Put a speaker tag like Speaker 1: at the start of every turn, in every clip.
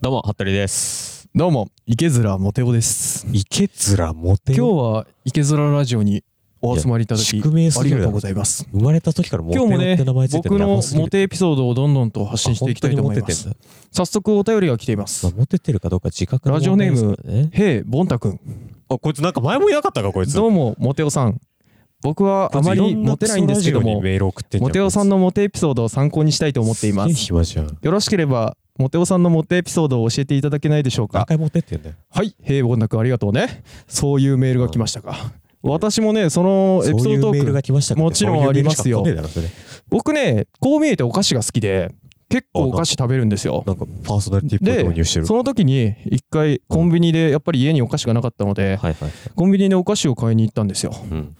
Speaker 1: どうも、服部です。
Speaker 2: どうも、池面モテオです。
Speaker 1: 池面モテ
Speaker 2: 今日は池面ラジオにお集まりいただき、
Speaker 1: いや宿命
Speaker 2: あ
Speaker 1: すぎ
Speaker 2: り
Speaker 1: る
Speaker 2: が
Speaker 1: だろ
Speaker 2: とうございます。
Speaker 1: 生まれた時からモテ
Speaker 2: 今
Speaker 1: オ
Speaker 2: 日も
Speaker 1: っ
Speaker 2: ね
Speaker 1: て名前、ついて
Speaker 2: 僕
Speaker 1: る
Speaker 2: の
Speaker 1: やばすぎる
Speaker 2: モテエピソードをどんどんと発信していきたいと思いま
Speaker 1: あ本
Speaker 2: す。
Speaker 1: 当にモテてん
Speaker 2: 早速お便りが来ていま
Speaker 1: だ
Speaker 2: す
Speaker 1: まあ。モテてるかどうか自覚の
Speaker 2: ラジオネーム
Speaker 1: 問題ですからね
Speaker 2: へえ、ボンタ君。
Speaker 1: あこいつなんか前もいなかったかこいつ
Speaker 2: どうも、モテオさん。僕はあまりモテないんですけども、
Speaker 1: メール送ってんじゃ
Speaker 2: モテオさんのモテエピソードを参考にしたいと思っています
Speaker 1: げえ
Speaker 2: す。
Speaker 1: 暇じゃん
Speaker 2: よろしければ、モテオさんのモテエピソードを教えていただけないでしょうか
Speaker 1: 何。回モテってんだよ
Speaker 2: はい、平凡なくありがとうね。そういうメールが来ましたか。私もね、そのエピソー
Speaker 1: そ
Speaker 2: ド
Speaker 1: う
Speaker 2: ト
Speaker 1: いうメール
Speaker 2: ー
Speaker 1: が
Speaker 2: ク、
Speaker 1: 来ましたか
Speaker 2: もちろんありますよ
Speaker 1: そういうメールしか来ねえだろそれ
Speaker 2: 僕ね、こう見えてお菓子が好きで、結構お菓子食べるんですよ。
Speaker 1: なんかパーソナリティっぽい
Speaker 2: で
Speaker 1: 導入してる
Speaker 2: その時に、一回コンビニで、やっぱり家にお菓子がなかったので、
Speaker 1: はいはい
Speaker 2: コンビニでお菓子を買いに行ったんですよ。
Speaker 1: うん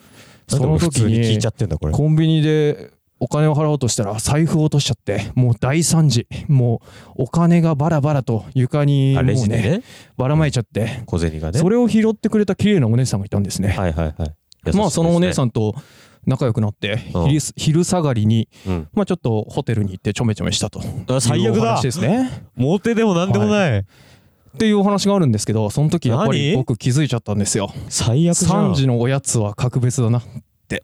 Speaker 2: そ
Speaker 1: なん
Speaker 2: の
Speaker 1: で普
Speaker 2: 時
Speaker 1: 通に聞い
Speaker 2: に
Speaker 1: ちゃ、ってんだこれ
Speaker 2: コンビニでお金を払おうとしたら、財布を落としちゃって、もう大惨事。もう、お金がバラバラと床に、も
Speaker 1: あレ
Speaker 2: う
Speaker 1: ジで
Speaker 2: ね、
Speaker 1: ね
Speaker 2: ばらまいちゃって、
Speaker 1: 小銭がね
Speaker 2: それを拾ってくれた綺麗なお姉さんがいたんですね。
Speaker 1: はいはいはい優しい
Speaker 2: まあそのお姉
Speaker 1: ん
Speaker 2: さんと仲良くなって
Speaker 1: うん
Speaker 2: 昼す昼下がりに
Speaker 1: うん
Speaker 2: まあちょっとホテルに行ってちょめちょめしたと
Speaker 1: あ最悪
Speaker 2: いうお
Speaker 1: だ
Speaker 2: 話ですね
Speaker 1: モテでもなんでもない
Speaker 2: っていうお話があるんですけどその時やっぱり
Speaker 1: 何
Speaker 2: 僕気づいちゃったんですよ
Speaker 1: 最悪じゃん
Speaker 2: 3時のおやつは格別だなって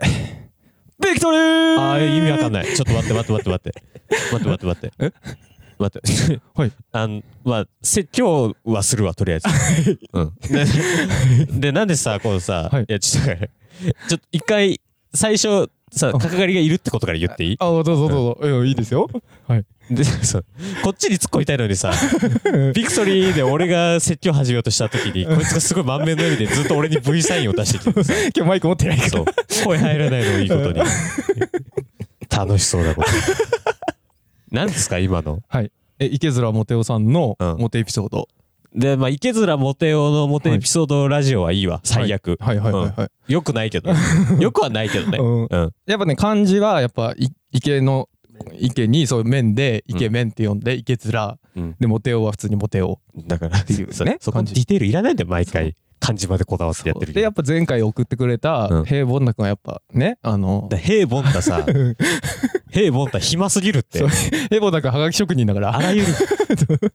Speaker 2: ビクトリー
Speaker 1: あー意味わかん
Speaker 2: ない
Speaker 1: ない。ちょっと待って待って待って待って。待って待って待って。待 って。
Speaker 2: はい。
Speaker 1: あの、まあ、説教はするわ、とりあえず。うん。で、 でなんでさ、このさ、
Speaker 2: はい
Speaker 1: や、ちょっと、ちょっと一回、最初、さ、かかがりがいるってことから言っていい
Speaker 2: あどうぞどうぞうんいいですよはい
Speaker 1: で、そう。こっちに突っ込みたいのに さ、ビクトリーで俺が説教始めようとした時に、こいつがすごい満面の笑みでずっと俺に V サインを出してきてさ、
Speaker 2: 今日マイク持ってないけ
Speaker 1: そ
Speaker 2: ど
Speaker 1: う。声入らないのをいいことに。楽しそうだこと。何ですか、今の。
Speaker 2: はいえ池面モテオさんの
Speaker 1: うん
Speaker 2: モテエピソード
Speaker 1: で、まあ、池面モテオのモテエピソードラジオはいいわ、最悪。
Speaker 2: はいはいはいはい
Speaker 1: よくないけ どね。よくはないけどね。
Speaker 2: う
Speaker 1: う
Speaker 2: ん
Speaker 1: ん。
Speaker 2: やっぱね漢字はやっぱい池の池にそういう面でイケメンって呼んで、池面
Speaker 1: うん
Speaker 2: でモテオは普通にモテオ
Speaker 1: だから、
Speaker 2: ていうね
Speaker 1: そうそこ
Speaker 2: 感
Speaker 1: デ
Speaker 2: じ
Speaker 1: ィテールいらないんだよ、毎回。漢字までこだわってやってる
Speaker 2: でや
Speaker 1: け
Speaker 2: っぱ前回送ってくれ
Speaker 1: う
Speaker 2: た
Speaker 1: ん
Speaker 2: 平凡な君はやっぱねあの
Speaker 1: ど。平凡だ さ、平凡だ暇すぎるって
Speaker 2: そう。平凡な君はがき職人だから
Speaker 1: あらゆる、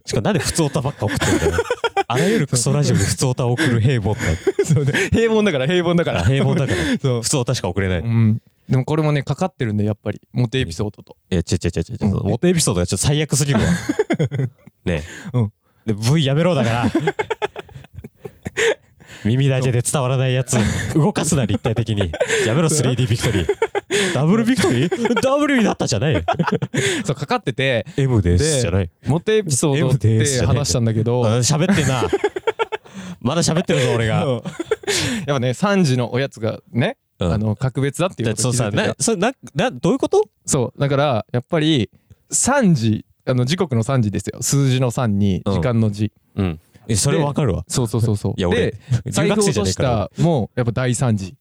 Speaker 1: しかもなんで普通歌ばっか送ってんだよ。あらゆるクソラジオで普通歌を送る平凡だ
Speaker 2: そうね平凡だから平凡だから
Speaker 1: 平凡だから、
Speaker 2: そう。
Speaker 1: 普通歌しか送れないう
Speaker 2: んでもこれもねかかってるんでやっぱりモテエピソードと
Speaker 1: いや、ちょちょちょちょ、ちょ
Speaker 2: うん
Speaker 1: モテエピソードがちょっと最悪すぎ るわ。ねえ。
Speaker 2: うん
Speaker 1: で、V やめろだ から。耳だけで伝わらないやつ、動かすな、立体的に。やめろ、3D ビクトリー。ダブルビクトリー ?W になったじゃないよ。
Speaker 2: そうかかってて
Speaker 1: M で
Speaker 2: です
Speaker 1: じゃない。
Speaker 2: モテエピソードっ
Speaker 1: M ですじ
Speaker 2: て
Speaker 1: ゃない
Speaker 2: 話したんだけ
Speaker 1: あ
Speaker 2: ど
Speaker 1: 喋ってんな。まだ喋ってるぞ、俺が。
Speaker 2: そう やっぱね3時のおやつがね、
Speaker 1: うん
Speaker 2: あの格別だっていう
Speaker 1: だ
Speaker 2: こと
Speaker 1: そう
Speaker 2: 気づ
Speaker 1: さ、
Speaker 2: いてた
Speaker 1: な、それな、な、どういうこと
Speaker 2: そうだからやっぱり3時あの時刻の3時ですよ数字の3に
Speaker 1: うん
Speaker 2: 時間の字、
Speaker 1: うん。え、それわかるわ。
Speaker 2: そうそうそうそう
Speaker 1: いや、俺
Speaker 2: で、
Speaker 1: 留
Speaker 2: 財布
Speaker 1: 学生じ
Speaker 2: 落
Speaker 1: ゃ
Speaker 2: と
Speaker 1: ねえ
Speaker 2: し
Speaker 1: から。
Speaker 2: たもうやっぱ第3時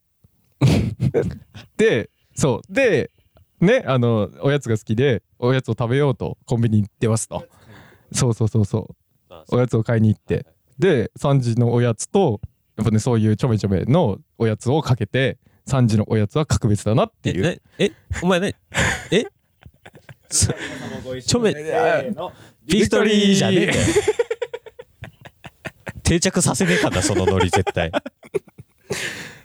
Speaker 2: でそうでねあのおやつが好きでおやつを食べようとコンビニ行ってますとそうそうそうそうおやつを買いに行ってで3時のおやつとやっぱねそういうちょめちょめのおやつをかけて3時のおやつは格別だなって
Speaker 1: え、
Speaker 2: いう
Speaker 1: なえ、お前 ね、えちょめ、ビクトリーじゃねえんだよ。定着させねえかな、そのノリ絶対。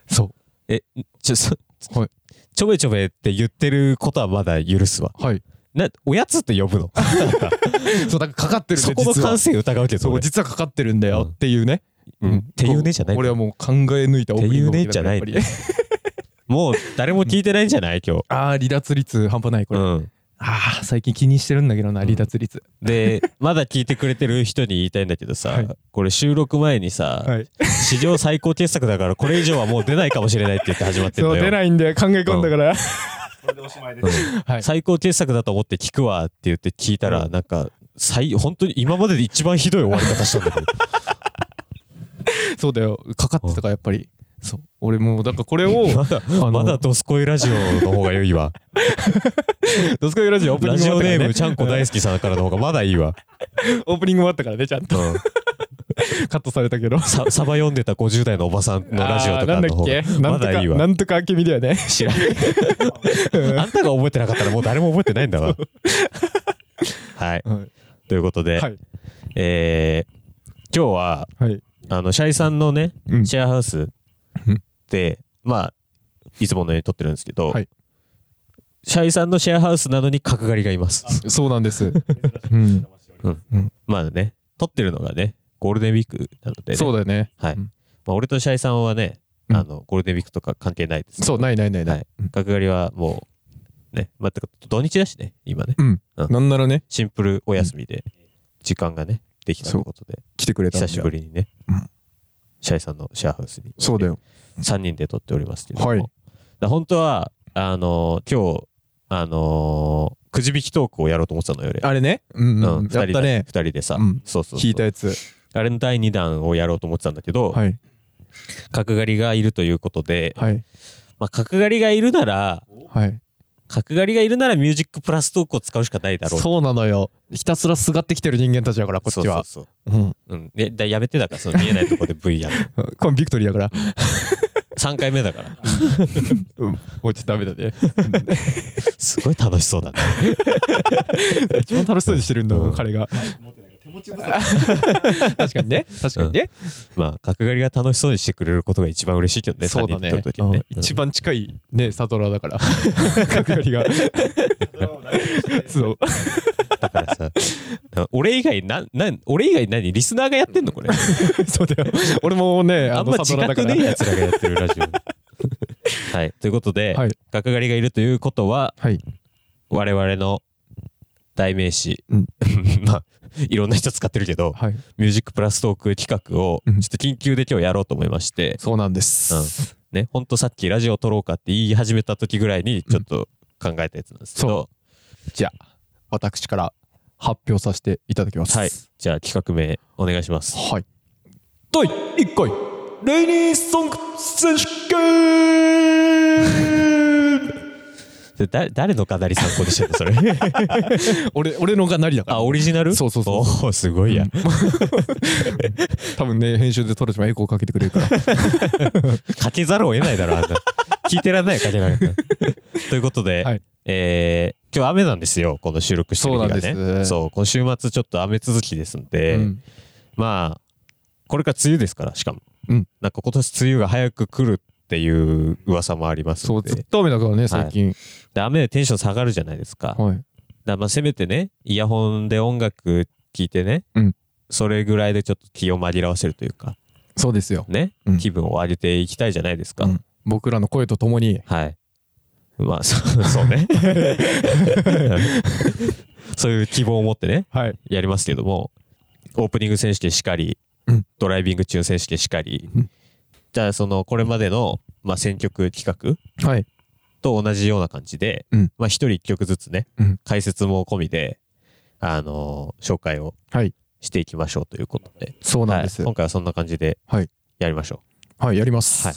Speaker 2: そ
Speaker 1: え、ちょ、そ、
Speaker 2: うはい
Speaker 1: ちょめちょめって言ってることはまだ許すわ。
Speaker 2: はい
Speaker 1: な、おやつって呼ぶの
Speaker 2: そうだからかかってる ん
Speaker 1: そ
Speaker 2: で
Speaker 1: この
Speaker 2: 実は
Speaker 1: 感性疑うけど、
Speaker 2: そう
Speaker 1: 俺
Speaker 2: 実はかかってるんだよっていうね、
Speaker 1: うんっていうねじゃない
Speaker 2: 俺はもう考え抜いたオープニングを
Speaker 1: っていうねじゃない
Speaker 2: やっぱり
Speaker 1: もう誰も聞いてないんじゃない今日。
Speaker 2: ああ離脱率半端ないこ
Speaker 1: う
Speaker 2: れ、あ
Speaker 1: ん。
Speaker 2: あ最近気にしてるんだけどな離脱率、
Speaker 1: で、まだ聞いてくれてる人に言いたいんだけど
Speaker 2: はい
Speaker 1: さ、これ収録前にさ、
Speaker 2: い
Speaker 1: 史上最高傑作だからこれ以上はもう出ないかもしれないって言って始まってん
Speaker 2: そう
Speaker 1: だよ
Speaker 2: 出。ないんで考え込んだから、はい
Speaker 1: 最高傑作だと思って聞くわって言って聞いたら、なんか、最、本当に今までで一番ひどい終わり方したんだけど。
Speaker 2: そうだよかかってたからやっぱりそう俺もうだからこれを
Speaker 1: まだ
Speaker 2: あ、の
Speaker 1: まだドスコイラジオの方が良い わ。
Speaker 2: 「ドスコイラジオ」オープニ
Speaker 1: ラ
Speaker 2: ング
Speaker 1: ジ
Speaker 2: 終わ
Speaker 1: オ
Speaker 2: ったか
Speaker 1: ネ
Speaker 2: ら、
Speaker 1: ー
Speaker 2: ね
Speaker 1: ム、ちゃんこ大好きさんからの方がまだいいわ。
Speaker 2: オープニング終わったからねちゃんと
Speaker 1: うん。
Speaker 2: カットされたけど
Speaker 1: さ、サバ読んでた50代のおばさんのラジオと
Speaker 2: あ
Speaker 1: か
Speaker 2: ーなん
Speaker 1: の
Speaker 2: だっ
Speaker 1: 方が
Speaker 2: けな
Speaker 1: ま
Speaker 2: んと
Speaker 1: だ
Speaker 2: か
Speaker 1: いい
Speaker 2: な
Speaker 1: わ。
Speaker 2: んとか君だよね
Speaker 1: 知ら ん。あんたが覚えてなかったらもう誰も覚えてないんだわ。はい。
Speaker 2: はい
Speaker 1: ということで、
Speaker 2: はい
Speaker 1: えー、今日は、
Speaker 2: はい。
Speaker 1: あの、シャイさんのね、
Speaker 2: うん
Speaker 1: シェアハウス
Speaker 2: うん
Speaker 1: で、まあ、いつものように撮ってるんですけど、
Speaker 2: はい
Speaker 1: シャイさんのシェアハウスなのに角刈りがいます。
Speaker 2: そうなんです。うん。
Speaker 1: まあね、撮ってるのがね、ゴールデンウィークなので、ね、
Speaker 2: そうだよね。
Speaker 1: はい。
Speaker 2: うん
Speaker 1: まあ、俺とシャイさんはね、
Speaker 2: うん
Speaker 1: あの、ゴールデンウィークとか関係ないです。
Speaker 2: そう、ないないないな。
Speaker 1: はいい。角刈りはもう、ね、まあ、てか土日だしね、今ね、
Speaker 2: うん。
Speaker 1: うん
Speaker 2: なんならね、
Speaker 1: シンプルお休みで、時間がね、できたということで、
Speaker 2: 来てくれたんだ
Speaker 1: 久しぶりにね、
Speaker 2: うん
Speaker 1: シャイさんのシェアハウスに、
Speaker 2: そうだよ。
Speaker 1: 3人で撮っておりますけども、
Speaker 2: はい
Speaker 1: だから本当は、あのー今日、あのーくじ引きトークをやろうと思ってたのよ、俺。
Speaker 2: あれね。うん
Speaker 1: うん、
Speaker 2: うん。
Speaker 1: 二人
Speaker 2: やっ
Speaker 1: で
Speaker 2: たね。
Speaker 1: 二人でさ、
Speaker 2: うん
Speaker 1: そうそうそう
Speaker 2: 引いたやつ。
Speaker 1: あれの第2弾をやろうと思ってたんだけど、
Speaker 2: はい。
Speaker 1: 角刈りがいるということで、
Speaker 2: はい。
Speaker 1: まあ、角刈りがいるなら
Speaker 2: はい。
Speaker 1: 角刈りがいるならミュージックプラストークを使うしかないだろう
Speaker 2: そうなのよ。ひたすらすがってきてる人間たちだから、こっちは。
Speaker 1: そうそう
Speaker 2: うん。
Speaker 1: そう、うん、でだやめてだからその見えないとこで V やる
Speaker 2: これビクトリーだから。
Speaker 1: 3回目だ から
Speaker 2: うん。もうちょっとダメだね。
Speaker 1: すごい楽しそうだね
Speaker 2: 一番楽しそうにしてるんだも
Speaker 1: うん
Speaker 2: ん、彼が。確かにね。確かにね。
Speaker 1: まあ角刈りが楽しそうにしてくれることが一番嬉しいけどね
Speaker 2: そうだ
Speaker 1: 三人
Speaker 2: ね
Speaker 1: で撮る時にね
Speaker 2: うん一番近いね、サトラーだから。角刈りが。そう。
Speaker 1: だからさ俺以外なな俺以外何リスナーがやってんのこれ
Speaker 2: そうだよ。俺もね、
Speaker 1: あん
Speaker 2: の
Speaker 1: ま自
Speaker 2: サトラーだか
Speaker 1: 覚
Speaker 2: ら
Speaker 1: ねえやつらがやってるラジオ はいということで、
Speaker 2: はい
Speaker 1: 角刈りがいるということは
Speaker 2: はい。
Speaker 1: 我々の代名詞、
Speaker 2: うん
Speaker 1: まあいろんな人使ってるけど
Speaker 2: はい。
Speaker 1: ミュージックプラストーク企画をちょ
Speaker 2: う
Speaker 1: っ
Speaker 2: ん
Speaker 1: と緊急で今日やろうと思いまして、
Speaker 2: そうなんで
Speaker 1: うん
Speaker 2: す。
Speaker 1: ね、ほんとさっきラジオ撮ろうかって言い始めた時ぐらいにちょっと考えたやつなんですけど、
Speaker 2: じゃあ、私から発表させていただきます。
Speaker 1: はい。じゃあ企画名お願いします
Speaker 2: はい。第1回、レイニーソング選手権
Speaker 1: でだ誰の飾り参考にしてんのそれ
Speaker 2: 俺、俺のがなりだから。
Speaker 1: あオリジナル
Speaker 2: そうそうそう
Speaker 1: おーすごいや、
Speaker 2: 多分ね、編集で撮るしもエコーかけてくれるから。
Speaker 1: かけざるを得ないだろあ んな聞いてらんないよかけられないということで、
Speaker 2: はい
Speaker 1: えー今日雨なんですよこの収録してる日がね
Speaker 2: そうなんです
Speaker 1: そう今週末ちょっと雨続きですんで、
Speaker 2: うん
Speaker 1: まあこれから梅雨ですからしかも、
Speaker 2: うん
Speaker 1: なんか今年梅雨が早く来るっていう噂もあります
Speaker 2: そ
Speaker 1: ん
Speaker 2: う、ずっ
Speaker 1: で
Speaker 2: と雨だからね、最近。
Speaker 1: で雨でテンション下がるじゃないですか、だか
Speaker 2: はい。
Speaker 1: らまあせめてねイヤホンで音楽聴いてね、
Speaker 2: うん
Speaker 1: それぐらいでちょっと気を紛らわせるというか
Speaker 2: そうですよ。
Speaker 1: ね、
Speaker 2: うん
Speaker 1: 気分を上げていきたいじゃないですか、
Speaker 2: うん僕らの声とともに、
Speaker 1: はい。まあ、そう そうね。そういう希望を持ってね、
Speaker 2: はい。
Speaker 1: やりますけども、オープニング選手権しかり、
Speaker 2: うん
Speaker 1: ドライビング中選手権しかり、
Speaker 2: うん
Speaker 1: じゃあ、その、これまでの、まあ、選曲企画
Speaker 2: はい。
Speaker 1: と同じような感じで、
Speaker 2: うん
Speaker 1: まあ、一人一曲ずつね、
Speaker 2: うん
Speaker 1: 解説も込みで、あのー紹介を
Speaker 2: はい。
Speaker 1: していきましょうということで、
Speaker 2: そうなん
Speaker 1: は
Speaker 2: で
Speaker 1: い、
Speaker 2: す。
Speaker 1: 今回はそんな感じで
Speaker 2: はい
Speaker 1: やりましょ
Speaker 2: はい、やりま
Speaker 1: はい
Speaker 2: す。
Speaker 1: う。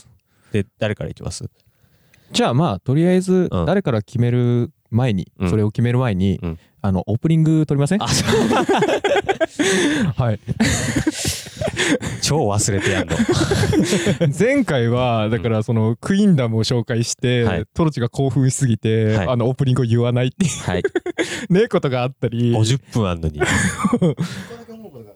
Speaker 1: で、誰からいきます
Speaker 2: じゃあまあ、とりあえず、
Speaker 1: うん
Speaker 2: 誰から決める前に
Speaker 1: う、ん
Speaker 2: それを決める前に
Speaker 1: うん、
Speaker 2: あの、オープニング撮りません
Speaker 1: あ、
Speaker 2: はい。
Speaker 1: 超忘れてやんの。
Speaker 2: 前回はだからそのクイーンダムを紹介して、
Speaker 1: はい
Speaker 2: トロチが興奮しすぎて、
Speaker 1: はい
Speaker 2: あのオープニングを言わな いってい
Speaker 1: はい。
Speaker 2: うねことがあったり、
Speaker 1: 50分あんのに。
Speaker 3: こだけ思うことが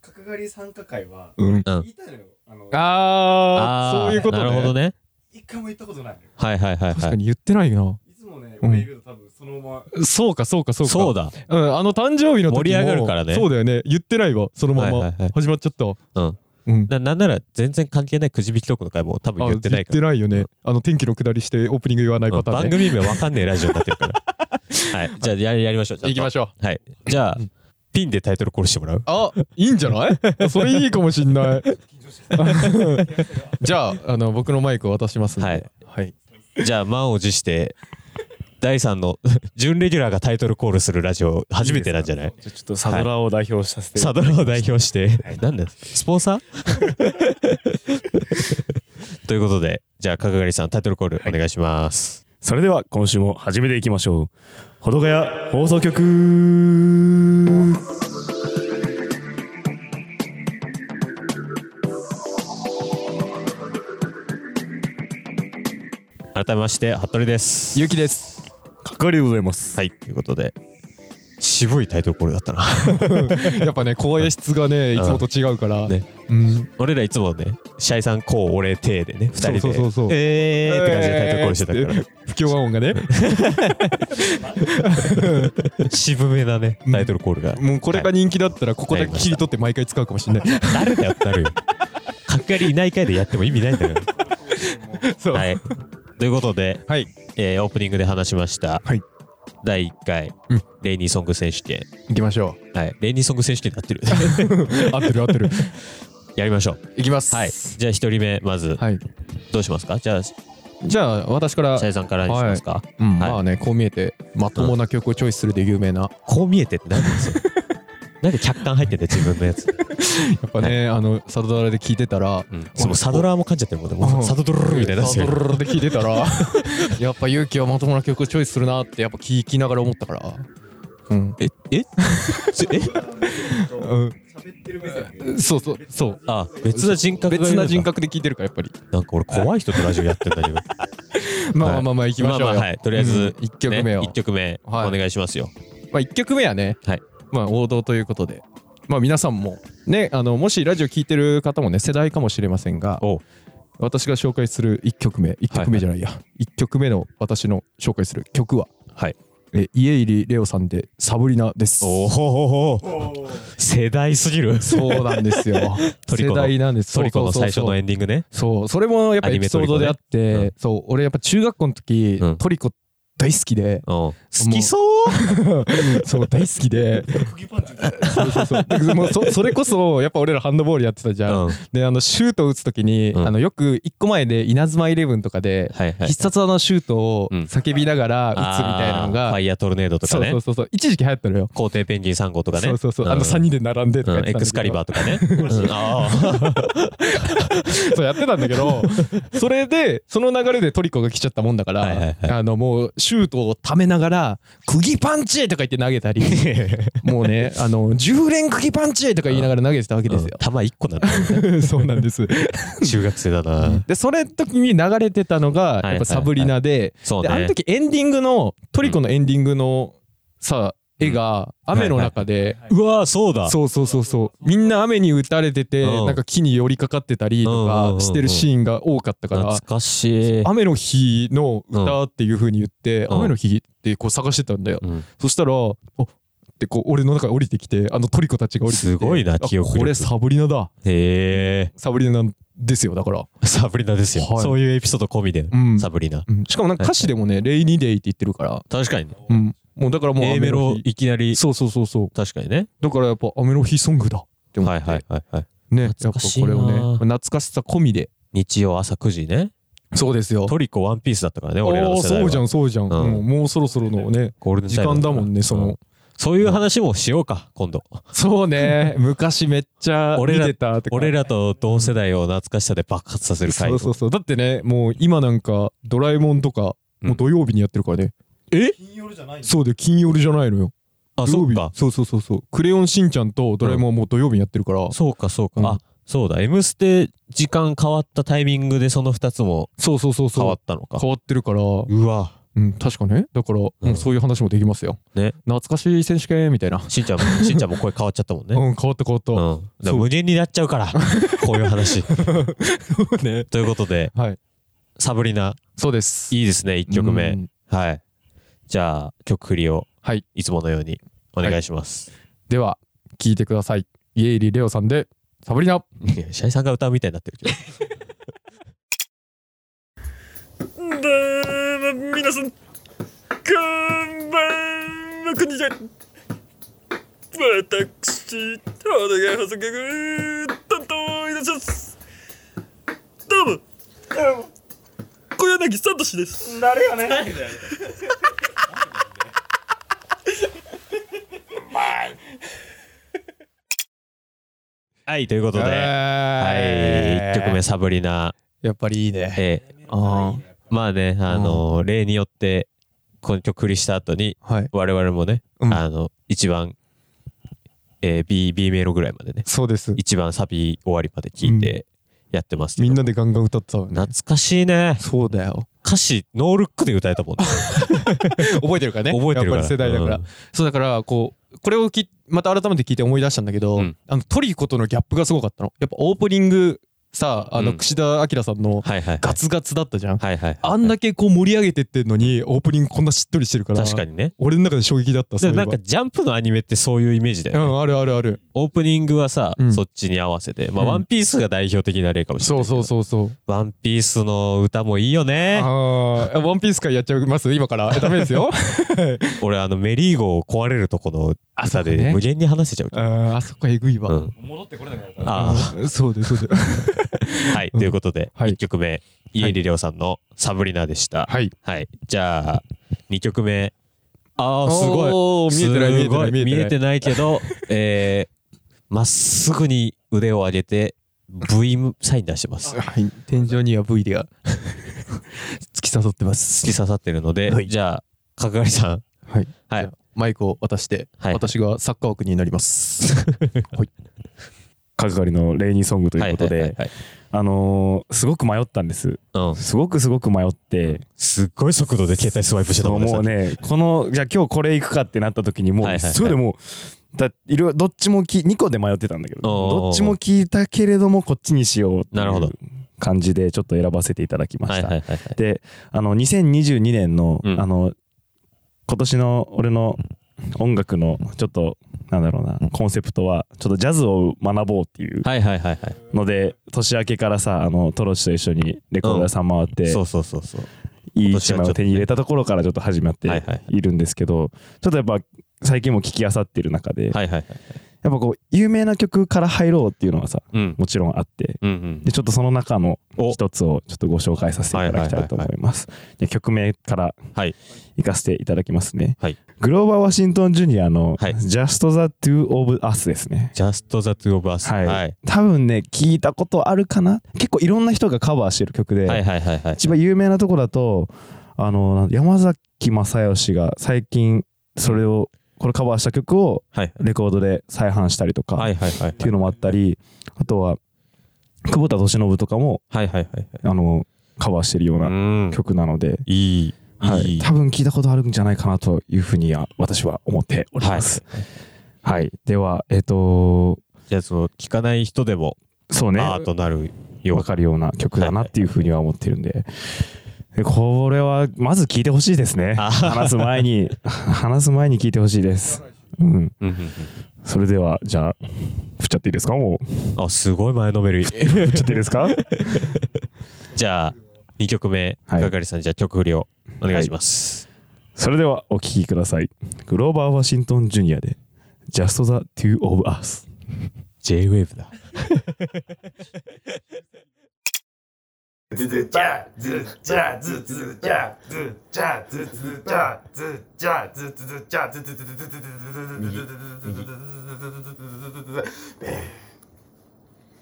Speaker 3: 角刈り参加会は
Speaker 2: うん、
Speaker 1: うん
Speaker 3: 言いたいのよあの
Speaker 2: あーそういうことね
Speaker 1: なるほどね。
Speaker 3: 一回も言ったことないのよ
Speaker 1: はいはいはい
Speaker 2: 確
Speaker 1: は
Speaker 2: か
Speaker 1: い。
Speaker 2: に言ってない
Speaker 3: い
Speaker 2: な、
Speaker 3: つもね
Speaker 2: うん
Speaker 3: 俺いると多分そのまま
Speaker 2: そうかそうかそうか
Speaker 1: そうだ。
Speaker 2: うん、あの誕生日の時も
Speaker 1: 盛り上がるからね
Speaker 2: そうだよね言ってないわそのま
Speaker 1: は
Speaker 2: ま、
Speaker 1: いはいはい
Speaker 2: 始まっちゃった
Speaker 1: うん。
Speaker 2: うん
Speaker 1: ななんなら全然関係ないくじ引きトークの回も多分
Speaker 2: あ
Speaker 1: 言ってないから。
Speaker 2: よね、あの天気の下りしてオープニング言わない
Speaker 1: うん
Speaker 2: パターン
Speaker 1: 番
Speaker 2: ね、
Speaker 1: 組名わかんねえラジオになってる から。はい。じゃあややりましょう。
Speaker 2: 行きま
Speaker 1: し
Speaker 2: しょう
Speaker 1: ょう。はい。じゃあ、ピンでタイトルコールしてもらう
Speaker 2: あいいんじゃない それいいかもしんない じゃああの僕のマイクを渡しますんで
Speaker 1: はい、
Speaker 2: はい、
Speaker 1: じゃあ、満を持して、第3の 準レギュラーがタイトルコールするラジオ初めてなんじゃない
Speaker 4: じゃあちょっとサドラーを代表させて、
Speaker 1: サドラーを代表して、なんだスポンサー ということで、じゃあ、角刈りさん、タイトルコールお願いします。
Speaker 4: それでは今週も始めていきましょうほどがや放送局
Speaker 1: 改めまして服部です。
Speaker 2: ゆうきです
Speaker 4: かかりでございます
Speaker 1: はいということで渋いタイトルこれだったな。
Speaker 2: やっぱね声質がねいつもと違うから、
Speaker 1: ね
Speaker 2: うん、
Speaker 1: 俺らいつもね、シャイさん、こう、俺、てでね、二人で。
Speaker 2: そうそうそうそう
Speaker 1: えーって感じでタイトルコールしてたか
Speaker 2: 不協和音 がね
Speaker 1: ら。渋めなね、タイトルコールが。
Speaker 2: もうこれが人気だったらここだけ切り取って毎回使うかもしれない、
Speaker 1: 誰だよってなるよ。角刈りいない回でやっても意味ないんだ から。
Speaker 2: そう
Speaker 1: は
Speaker 2: はい、
Speaker 1: い。ということで、えーオープニングで話しました、
Speaker 2: はい
Speaker 1: 第1回、
Speaker 2: うん
Speaker 1: レイニーソング選手権、
Speaker 2: 行きましょ
Speaker 1: はい、レイニーソング選手権になって る
Speaker 2: う合ってる合って る
Speaker 1: やりましょう
Speaker 2: 行きます
Speaker 1: はいじゃあ1人目まず
Speaker 2: はい、
Speaker 1: どうしますかじゃあシ
Speaker 2: じゃあ私から
Speaker 1: ャイさんからにしますか、
Speaker 2: うん
Speaker 1: はい
Speaker 2: まあねこう見えてまともな曲をチョイスするで有名な、
Speaker 1: こう見えてって何なんです よなんで客観入ってて自分のやつ、
Speaker 2: やっぱね、あのサドラーで聞いてたら、
Speaker 1: そのサドラーも感じちゃってるもんねもう
Speaker 2: うん
Speaker 1: サドドルルみたいな
Speaker 2: サドラーで聞いてたらやっぱ勇気はまともな曲をチョイスするなってやっぱ聞きながら思ったからうん
Speaker 1: えええ
Speaker 2: う
Speaker 3: 喋
Speaker 2: ん
Speaker 3: ってる目線で
Speaker 2: そうそうそう
Speaker 1: あ別な人格がいる
Speaker 2: 別
Speaker 1: んだ
Speaker 2: な人格で聞いてるからやっぱり
Speaker 1: なんか俺怖い人とラジオやってんだけど
Speaker 2: まあまあまあ行きましょうよ、
Speaker 1: まあまあはいとりあえず、
Speaker 2: 1曲目を、
Speaker 1: 1曲目お
Speaker 2: はい
Speaker 1: 願いしますよ、
Speaker 2: まあ、1曲目はね、
Speaker 1: はい
Speaker 2: まあ王道ということでまあ皆さんもねあのもしラジオ聞いてる方もね世代かもしれませんが
Speaker 1: おう
Speaker 2: 私が紹介する1曲目1曲目じゃないや、1曲目の私の紹介する曲は
Speaker 1: はい
Speaker 2: え家入レオさんで「サブリナ」です
Speaker 1: おお
Speaker 3: おー
Speaker 1: 世代すぎる
Speaker 2: そうなんです よ
Speaker 1: トリコ
Speaker 2: 世
Speaker 1: の
Speaker 2: 代なんです
Speaker 1: トリコの最初
Speaker 2: そうそうそう
Speaker 1: のエンディングね
Speaker 2: そうそれもやっぱ
Speaker 1: アニ
Speaker 2: エ
Speaker 1: メ
Speaker 2: ピ
Speaker 1: ト
Speaker 2: ソ
Speaker 1: リ
Speaker 2: ー
Speaker 1: コ
Speaker 2: ド
Speaker 1: ね
Speaker 2: であって、
Speaker 1: うん
Speaker 2: そう俺やっぱ中学校の時、
Speaker 1: うん
Speaker 2: トリコ大好きで
Speaker 1: 好きそう
Speaker 2: そう大好きで
Speaker 3: 釘パンチ
Speaker 2: そうそう そうでもうそそれこそやっぱ俺らハンドボールやってたじゃん、
Speaker 1: うん
Speaker 2: であのシュートを打つ時に、
Speaker 1: うん
Speaker 2: あのよく一個前で稲妻イレブンとかで、
Speaker 1: はいはい
Speaker 2: 必殺技のシュートを
Speaker 1: うん
Speaker 2: 叫びながら打つみたいなの
Speaker 1: あー
Speaker 2: が、
Speaker 1: ファイヤートルネードとか
Speaker 2: そう
Speaker 1: ね
Speaker 2: そうそうそう一時期流行ったのよ、
Speaker 1: 皇帝ペンギン3号とかね
Speaker 2: そうそうそうあの3
Speaker 1: 人
Speaker 2: 人で並んでとかやって
Speaker 1: エ
Speaker 2: たんだけど
Speaker 1: クスカリバーとかねうんあ あ
Speaker 2: そうやってたんだけ どそれでその流れでトリコが来ちゃったもんだから、
Speaker 1: はいはいはい
Speaker 2: あのもうシュートをためながら「釘パンチ!」とか言って投げた りもうねあの「10連釘パンチ!」とか言いながら投げてたわ けですよ。
Speaker 1: 玉1個なんだ
Speaker 2: そうなんです
Speaker 1: 中学生だな
Speaker 2: でそれ時に流れてたのが
Speaker 1: いはい
Speaker 2: やっぱサブリナで
Speaker 1: そう
Speaker 2: であ
Speaker 1: ね
Speaker 2: の時エンディングのトリコのエンディングのさ
Speaker 1: うん
Speaker 2: 絵が雨の中で
Speaker 1: うわーそうだ
Speaker 2: そうそうそうそうみんな雨に打たれてて
Speaker 1: うん
Speaker 2: なんか木に寄りかかってたりと
Speaker 1: うんうんうんう
Speaker 2: か
Speaker 1: ん
Speaker 2: してるシーンが多かったから
Speaker 1: 懐かしい
Speaker 2: 雨の日の歌っていう風に言って、
Speaker 1: うん
Speaker 2: 雨の日ってこう探してたんだよ、
Speaker 1: うん
Speaker 2: そしたらおってこう俺の中に降りてきてあのトリコたちが降りてきて
Speaker 1: すごいな
Speaker 2: あ
Speaker 1: 記憶力
Speaker 2: これサブリナだ
Speaker 1: へ
Speaker 2: サブリナなんですよだから、
Speaker 1: えサブリナですよ
Speaker 2: はい
Speaker 1: そういうエピソード込みで
Speaker 2: ん
Speaker 1: サブリナ
Speaker 2: うんしかもなんか歌詞でもね「レイニーデイ」って言ってるから、
Speaker 1: 確かにね
Speaker 2: うん、もうだからもう
Speaker 1: A メ
Speaker 2: 雨の
Speaker 1: ロ
Speaker 2: 日
Speaker 1: いきなり
Speaker 2: そうそうそうそう
Speaker 1: 確かにね
Speaker 2: だからやっぱ雨の日ソングだって思っ
Speaker 1: は
Speaker 2: て、
Speaker 1: いはいはいはい
Speaker 2: ねやっぱ
Speaker 1: 懐かしい
Speaker 2: こ
Speaker 1: な
Speaker 2: れをね懐かしさ込みで
Speaker 1: 日曜朝9時ね
Speaker 2: そうですよ
Speaker 1: トリコワンピースだったからね
Speaker 2: あ
Speaker 1: 俺らの
Speaker 2: ー
Speaker 1: 世代
Speaker 2: そうじゃ
Speaker 1: は
Speaker 2: んそうじゃん、
Speaker 1: うん
Speaker 2: うんもうそろそろのね
Speaker 1: ゴールデン
Speaker 2: 時
Speaker 1: タイム
Speaker 2: 間
Speaker 1: か
Speaker 2: だ
Speaker 1: ら
Speaker 2: もんねその、
Speaker 1: うんそういう話もしようか今度
Speaker 2: そうね昔めっちゃ見
Speaker 1: 俺ら
Speaker 2: てたとか
Speaker 1: 俺らと同世代を懐かしさで爆発させる回
Speaker 2: そうそうそうだってねもう今なんか「ドラえもん」とか
Speaker 1: うん
Speaker 2: もう土曜日にやってるからね、
Speaker 3: 金曜日じゃないの
Speaker 2: そうで金曜日じゃないのよ
Speaker 1: あ
Speaker 2: 土
Speaker 1: そ
Speaker 2: 曜
Speaker 1: う
Speaker 2: 日
Speaker 1: か
Speaker 2: そうそうそうそう「クレヨンしんちゃん」と「ドラえもん」はもう土曜日にやってるから、
Speaker 1: そうかそうか、
Speaker 2: うん
Speaker 1: あそうだ「M ステ」時間変わったタイミングでその2つも
Speaker 2: そうそうそうそう
Speaker 1: 変わったのか
Speaker 2: 変わってるから、
Speaker 1: うわ
Speaker 2: うん、確かねだから、もうそういう話もできますよ、
Speaker 1: ね
Speaker 2: 懐かしい選手権みたいな、
Speaker 1: しん ちゃんもしんちゃんも声変わっちゃったもんね
Speaker 2: うん変わった変わった、
Speaker 1: うん、だから
Speaker 2: そう
Speaker 1: 無限になっちゃうから こういう話
Speaker 2: ね
Speaker 1: ということで
Speaker 2: はい
Speaker 1: サブリナ
Speaker 2: そうです
Speaker 1: いいですね1曲目、
Speaker 2: うん
Speaker 1: はいじゃあ曲振りを
Speaker 2: はい
Speaker 1: いつものようにお願いします、
Speaker 2: では聞いてください家入レオさんで「サブリナ」
Speaker 1: いやシャイさんが歌うみたいになってる けど
Speaker 5: だーま皆さん、こんばんは、こんにちは。私、お願い補足担当いたします。どうも、小柳聡です。
Speaker 3: 誰やねんみたい
Speaker 1: はいということで、はい1曲目サブリナ
Speaker 2: やっぱりいいね
Speaker 1: えー
Speaker 2: あ
Speaker 1: まあねあのー例によってこの曲振りした後に
Speaker 2: あはい
Speaker 1: 我々もね、
Speaker 2: うん
Speaker 1: あの一番、えー B, B メロぐらいまでね
Speaker 2: そうです
Speaker 1: 一番サビ終わりまで聞いてやってますけど
Speaker 2: みんなでガンガン歌ってたわね
Speaker 1: 懐かしいね
Speaker 2: そうだよ
Speaker 1: 歌詞、ノールックで歌えたもん ね。
Speaker 2: 覚えてるからね
Speaker 1: 覚えてるから
Speaker 2: やっぱり世代だから、
Speaker 1: うん
Speaker 2: そうだからこうこれをきまた改めて聞いて思い出したんだけど、
Speaker 1: うん
Speaker 2: あのトリコとのギャップがすごかったのやっぱオープニングさあ
Speaker 1: う
Speaker 2: の
Speaker 1: ん
Speaker 2: 櫛田明さんの
Speaker 1: はいはい。
Speaker 2: ガツガツだったじゃん、
Speaker 1: はいはい。
Speaker 2: あんだけこう盛り上げてってんのにオープニングこんなしっとりしてるか ら
Speaker 1: 確かにね。
Speaker 2: 俺の中で衝撃だった
Speaker 1: でも
Speaker 2: いえば
Speaker 1: なんかジャンプのアニメってそういうイメージだよね。
Speaker 2: うんあるあるある
Speaker 1: オープニングはさ、
Speaker 2: うん
Speaker 1: そっちに合わせて、まあ、
Speaker 2: うん
Speaker 1: ワンピースが代表的な例かもしれ
Speaker 2: そ
Speaker 1: な
Speaker 2: う
Speaker 1: い。
Speaker 2: そう
Speaker 1: う。
Speaker 2: そうそう
Speaker 1: ワンピースの歌もいいよね。
Speaker 2: ああワンピース会やっちゃいます今からえダメで すよ
Speaker 1: 俺、あの、メリーゴを壊れるとこの歌
Speaker 2: あそう
Speaker 1: で
Speaker 2: ね
Speaker 1: 無限に話せちゃう。
Speaker 2: あーあそこえぐいわ、
Speaker 1: うん。
Speaker 3: 戻ってこれなくなるから。
Speaker 1: あ
Speaker 2: あそうですそうです
Speaker 1: あ、はい。ということで、
Speaker 2: はい
Speaker 1: 1曲目、家入りょうさんのサブリナでした。
Speaker 2: はい
Speaker 1: はい。じゃあ、2曲目。ああ、すごい。
Speaker 2: おー見えてない見え
Speaker 1: す
Speaker 2: て
Speaker 1: ご
Speaker 2: ない
Speaker 1: い見えて
Speaker 2: ない
Speaker 1: ないけど、えー、まっすぐに腕を上げて、V サイン出してます。
Speaker 2: はい天井には V でが 突き刺さってます
Speaker 1: 突き刺さってるので、
Speaker 2: はい
Speaker 1: じゃあ、角刈りさん。
Speaker 2: はい
Speaker 1: はい
Speaker 2: じゃあマイクを渡して、
Speaker 1: はい
Speaker 2: 私がサッカー枠になります。
Speaker 4: 角刈りのレイニーソングということ
Speaker 1: はいはい
Speaker 4: で
Speaker 1: はい
Speaker 4: あのーすごく迷ったんです
Speaker 1: はいうん。
Speaker 4: すごくすごく迷って
Speaker 1: すっごい速度で携帯スワイプしてたもん
Speaker 4: もうねこのじゃあ今日これいくかってなった時にも
Speaker 1: はいは
Speaker 4: う
Speaker 1: いはい
Speaker 4: すごいでもうだいろいろどっちもき2個で迷ってたんだけど
Speaker 1: おー
Speaker 4: どっちも聞いたけれどもこっちにしようってい
Speaker 1: なるほど
Speaker 4: う感じでちょっと選ばせていただきま
Speaker 1: は
Speaker 4: し
Speaker 1: い
Speaker 4: た
Speaker 1: はいはいはい。
Speaker 4: であの2022年の,、
Speaker 1: うん
Speaker 4: あの今年の俺の音楽のちょっとなんだろうなコンセプトはちょっとジャズを学ぼうっていう
Speaker 1: はいはいはいは
Speaker 4: ので年明けからさあのトロチと一緒にレコード屋さん回っ
Speaker 1: い。
Speaker 4: て
Speaker 1: そうそうそうそう。
Speaker 4: いい一枚を手に入れたところからちょっと始まって
Speaker 1: はいはい
Speaker 4: いるんですけどちょっとやっぱ最近も聴きあさってる中でやっ
Speaker 1: はいはいはい。
Speaker 4: ぱこう有名な曲から入ろうっていうのはさ
Speaker 1: うん。
Speaker 4: もちろんあって
Speaker 1: うんうん
Speaker 4: で。ちょっとその中の
Speaker 1: お
Speaker 4: 一つをちょっとご紹介させていただきたいと思います。で曲名から
Speaker 1: はい
Speaker 4: いかせていただきますね。
Speaker 1: はい
Speaker 4: グローバー・ワシントン・ジュニアの
Speaker 1: はい
Speaker 4: Just the Two of Us ですね。
Speaker 1: Just the two of us.
Speaker 4: はい
Speaker 1: はい
Speaker 4: 多分ね聞いたことあるかな結構いろんな人がカバーしてる曲で、
Speaker 1: はいはいはいはい。
Speaker 4: 一番有名なとこだとあのなん山崎まさよしが最近それをこれカバーした曲を
Speaker 1: はい
Speaker 4: レコードで再販したりとか、
Speaker 1: はいはいはい。
Speaker 4: っていうのもあったりあとは久保田利伸とかも
Speaker 1: はいはいはいはい。
Speaker 4: あのカバーしてるよう
Speaker 1: う。
Speaker 4: なん曲なので、
Speaker 1: いい。
Speaker 4: はい
Speaker 1: いい。
Speaker 4: 多分聞いたことあるんじゃないかなというふうには私は思っております。はい、では、えっ、と
Speaker 1: じゃあ、その、聞かない人でも、
Speaker 4: そうね、
Speaker 1: アー
Speaker 4: わ
Speaker 1: トなるよう
Speaker 4: かるような曲だなっていうふうには思ってるんで、でこれはまず聞いてほしいですね。
Speaker 1: あ
Speaker 4: 話す前に、 話す前に聞いてほしいです。うん、
Speaker 1: うんうん
Speaker 4: それでは、じゃあ、振っちゃっていいですかもう、振
Speaker 1: うん。あ、すごい前のめり。
Speaker 4: っちゃっていいです か
Speaker 1: じゃあ、2曲目、
Speaker 4: はい
Speaker 1: 係さん、じゃあ曲振りをお願いします。
Speaker 4: それでは、お聴きください。グローバー・ワシントン・ジュニアで、Just the Two of Us。
Speaker 1: J-Wave だ。
Speaker 6: ズズチャズチャズズチャズチャズズチャズチャズズチャズズズズズズズ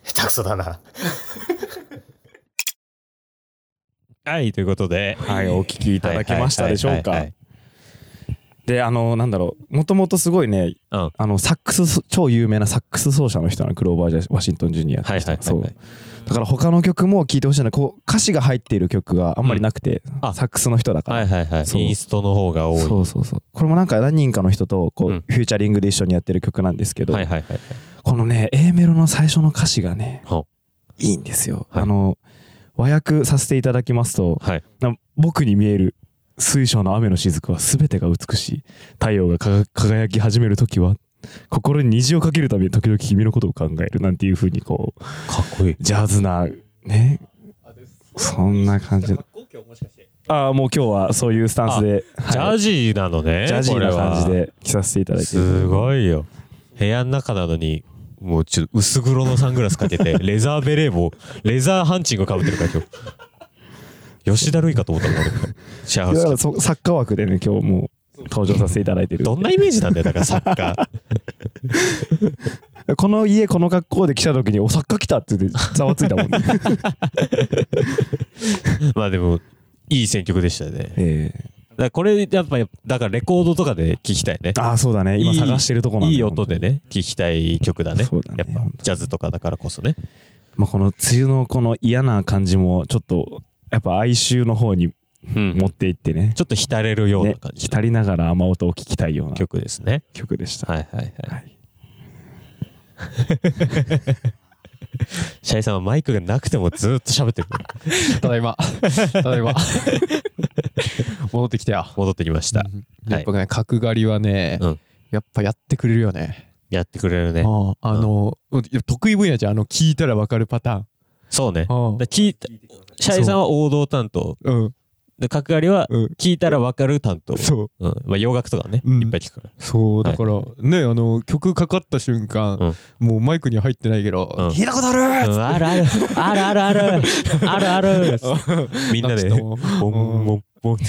Speaker 6: 下手くそだな。
Speaker 1: はい、ということで。
Speaker 4: はい、お聞きい
Speaker 1: い
Speaker 4: ただけましたでしょう
Speaker 1: はい
Speaker 4: か。で、あの、なんだろう、もともとすごいね、
Speaker 1: うん
Speaker 4: あの、サックス、超有名なサックス奏者の人なの、クローバージャ・ワシントン・ジュニアって
Speaker 1: はい
Speaker 4: 人
Speaker 1: はいはい
Speaker 4: そう。だから他の曲も聴いてほしいな、こう、歌詞が入っている曲があんまりなくて、
Speaker 1: あ
Speaker 4: サックスの人だから。
Speaker 1: はいはいはい。
Speaker 4: そう
Speaker 1: インストの方が多い。
Speaker 4: そうそうそうこれもなんか何人かの人とこう、
Speaker 1: うん
Speaker 4: フューチャリングで一緒にやってる曲なんですけど、
Speaker 1: はいはいはい。
Speaker 4: このね A メロの最初の歌詞がね
Speaker 1: ほ
Speaker 4: いいんですよ、
Speaker 1: はい
Speaker 4: あの和訳させていただきますと、
Speaker 1: はい
Speaker 4: な僕に見える水晶の雨の雫は全てが美しい太陽がかが輝き始める時は心に虹をかけるために時々君のことを考えるなんていうふうにこう
Speaker 1: かっこいい。
Speaker 4: ジャズなねそんな感じああもう今日はそういうスタンスで、はい
Speaker 1: ジャージーなのね。
Speaker 4: ジャジーな感じ
Speaker 1: これは。
Speaker 4: で着させていただいて
Speaker 1: すごいよ。部屋の中なのに、もうちょっと薄黒のサングラスかけ て、レザーベレー帽、レザーハンチングかぶってるから今日。吉田類かと思ったの俺。シェアハウ
Speaker 4: だ
Speaker 1: ス
Speaker 4: からそサッカー枠でね今日もう登場させていただいてる
Speaker 1: どんなイメージなんだよ、だからサッカー。
Speaker 4: この家この格好で来た時に「おサッカー来た!」って言ってざわついたもんね
Speaker 1: まあでも、いい選曲でしたね。
Speaker 4: え
Speaker 1: だからこれ、やっぱ、だからレコードとかで聴きたいね
Speaker 4: え。ああそうだね今探してるとこなん
Speaker 1: い
Speaker 4: だ
Speaker 1: い音でね、聴きたい曲だね。
Speaker 4: そうだね
Speaker 1: やっぱ
Speaker 4: 本当、
Speaker 1: ジャズとかだからこそね。
Speaker 4: まあ、この梅雨のこの嫌な感じもちょっとやっぱ哀愁の方に
Speaker 1: うん
Speaker 4: 持って行ってね
Speaker 1: ちょっと浸れるよう
Speaker 4: ね
Speaker 1: な感じの
Speaker 4: 浸りながら雨音を聞きたいような
Speaker 1: 曲ですね。
Speaker 4: 曲でした、
Speaker 1: はいはいはい。
Speaker 4: はい
Speaker 1: シャイさんはマイクがなくてもずっと喋ってる。
Speaker 2: ただいま。ただいま。戻ってきたよ。
Speaker 1: 戻ってきました。
Speaker 2: やっぱね、角刈りはね
Speaker 1: うん、
Speaker 2: やっぱやってくれるよね。
Speaker 1: やってくれるね。
Speaker 2: あああの、得意分野じゃん。あの、聞いたらわかるパタ
Speaker 1: そうね。だ
Speaker 2: ーン。
Speaker 1: から聞いたシャイさんは王道担当。
Speaker 2: うん。
Speaker 1: で、角刈りは
Speaker 2: うん。
Speaker 1: 聞いたらわかる担当。
Speaker 2: そう。
Speaker 1: うん。まあ洋楽とかね、
Speaker 2: うん
Speaker 1: いっぱい聞くから。
Speaker 2: そう、だから、ね、あの、曲かかった瞬間、もうマイクには入ってないけど、
Speaker 1: うん
Speaker 2: 聞いたことある
Speaker 1: うんあるあるあるあるあるあるあるみんなで、
Speaker 2: なくて
Speaker 1: ボ
Speaker 2: も
Speaker 1: ンボンボンって。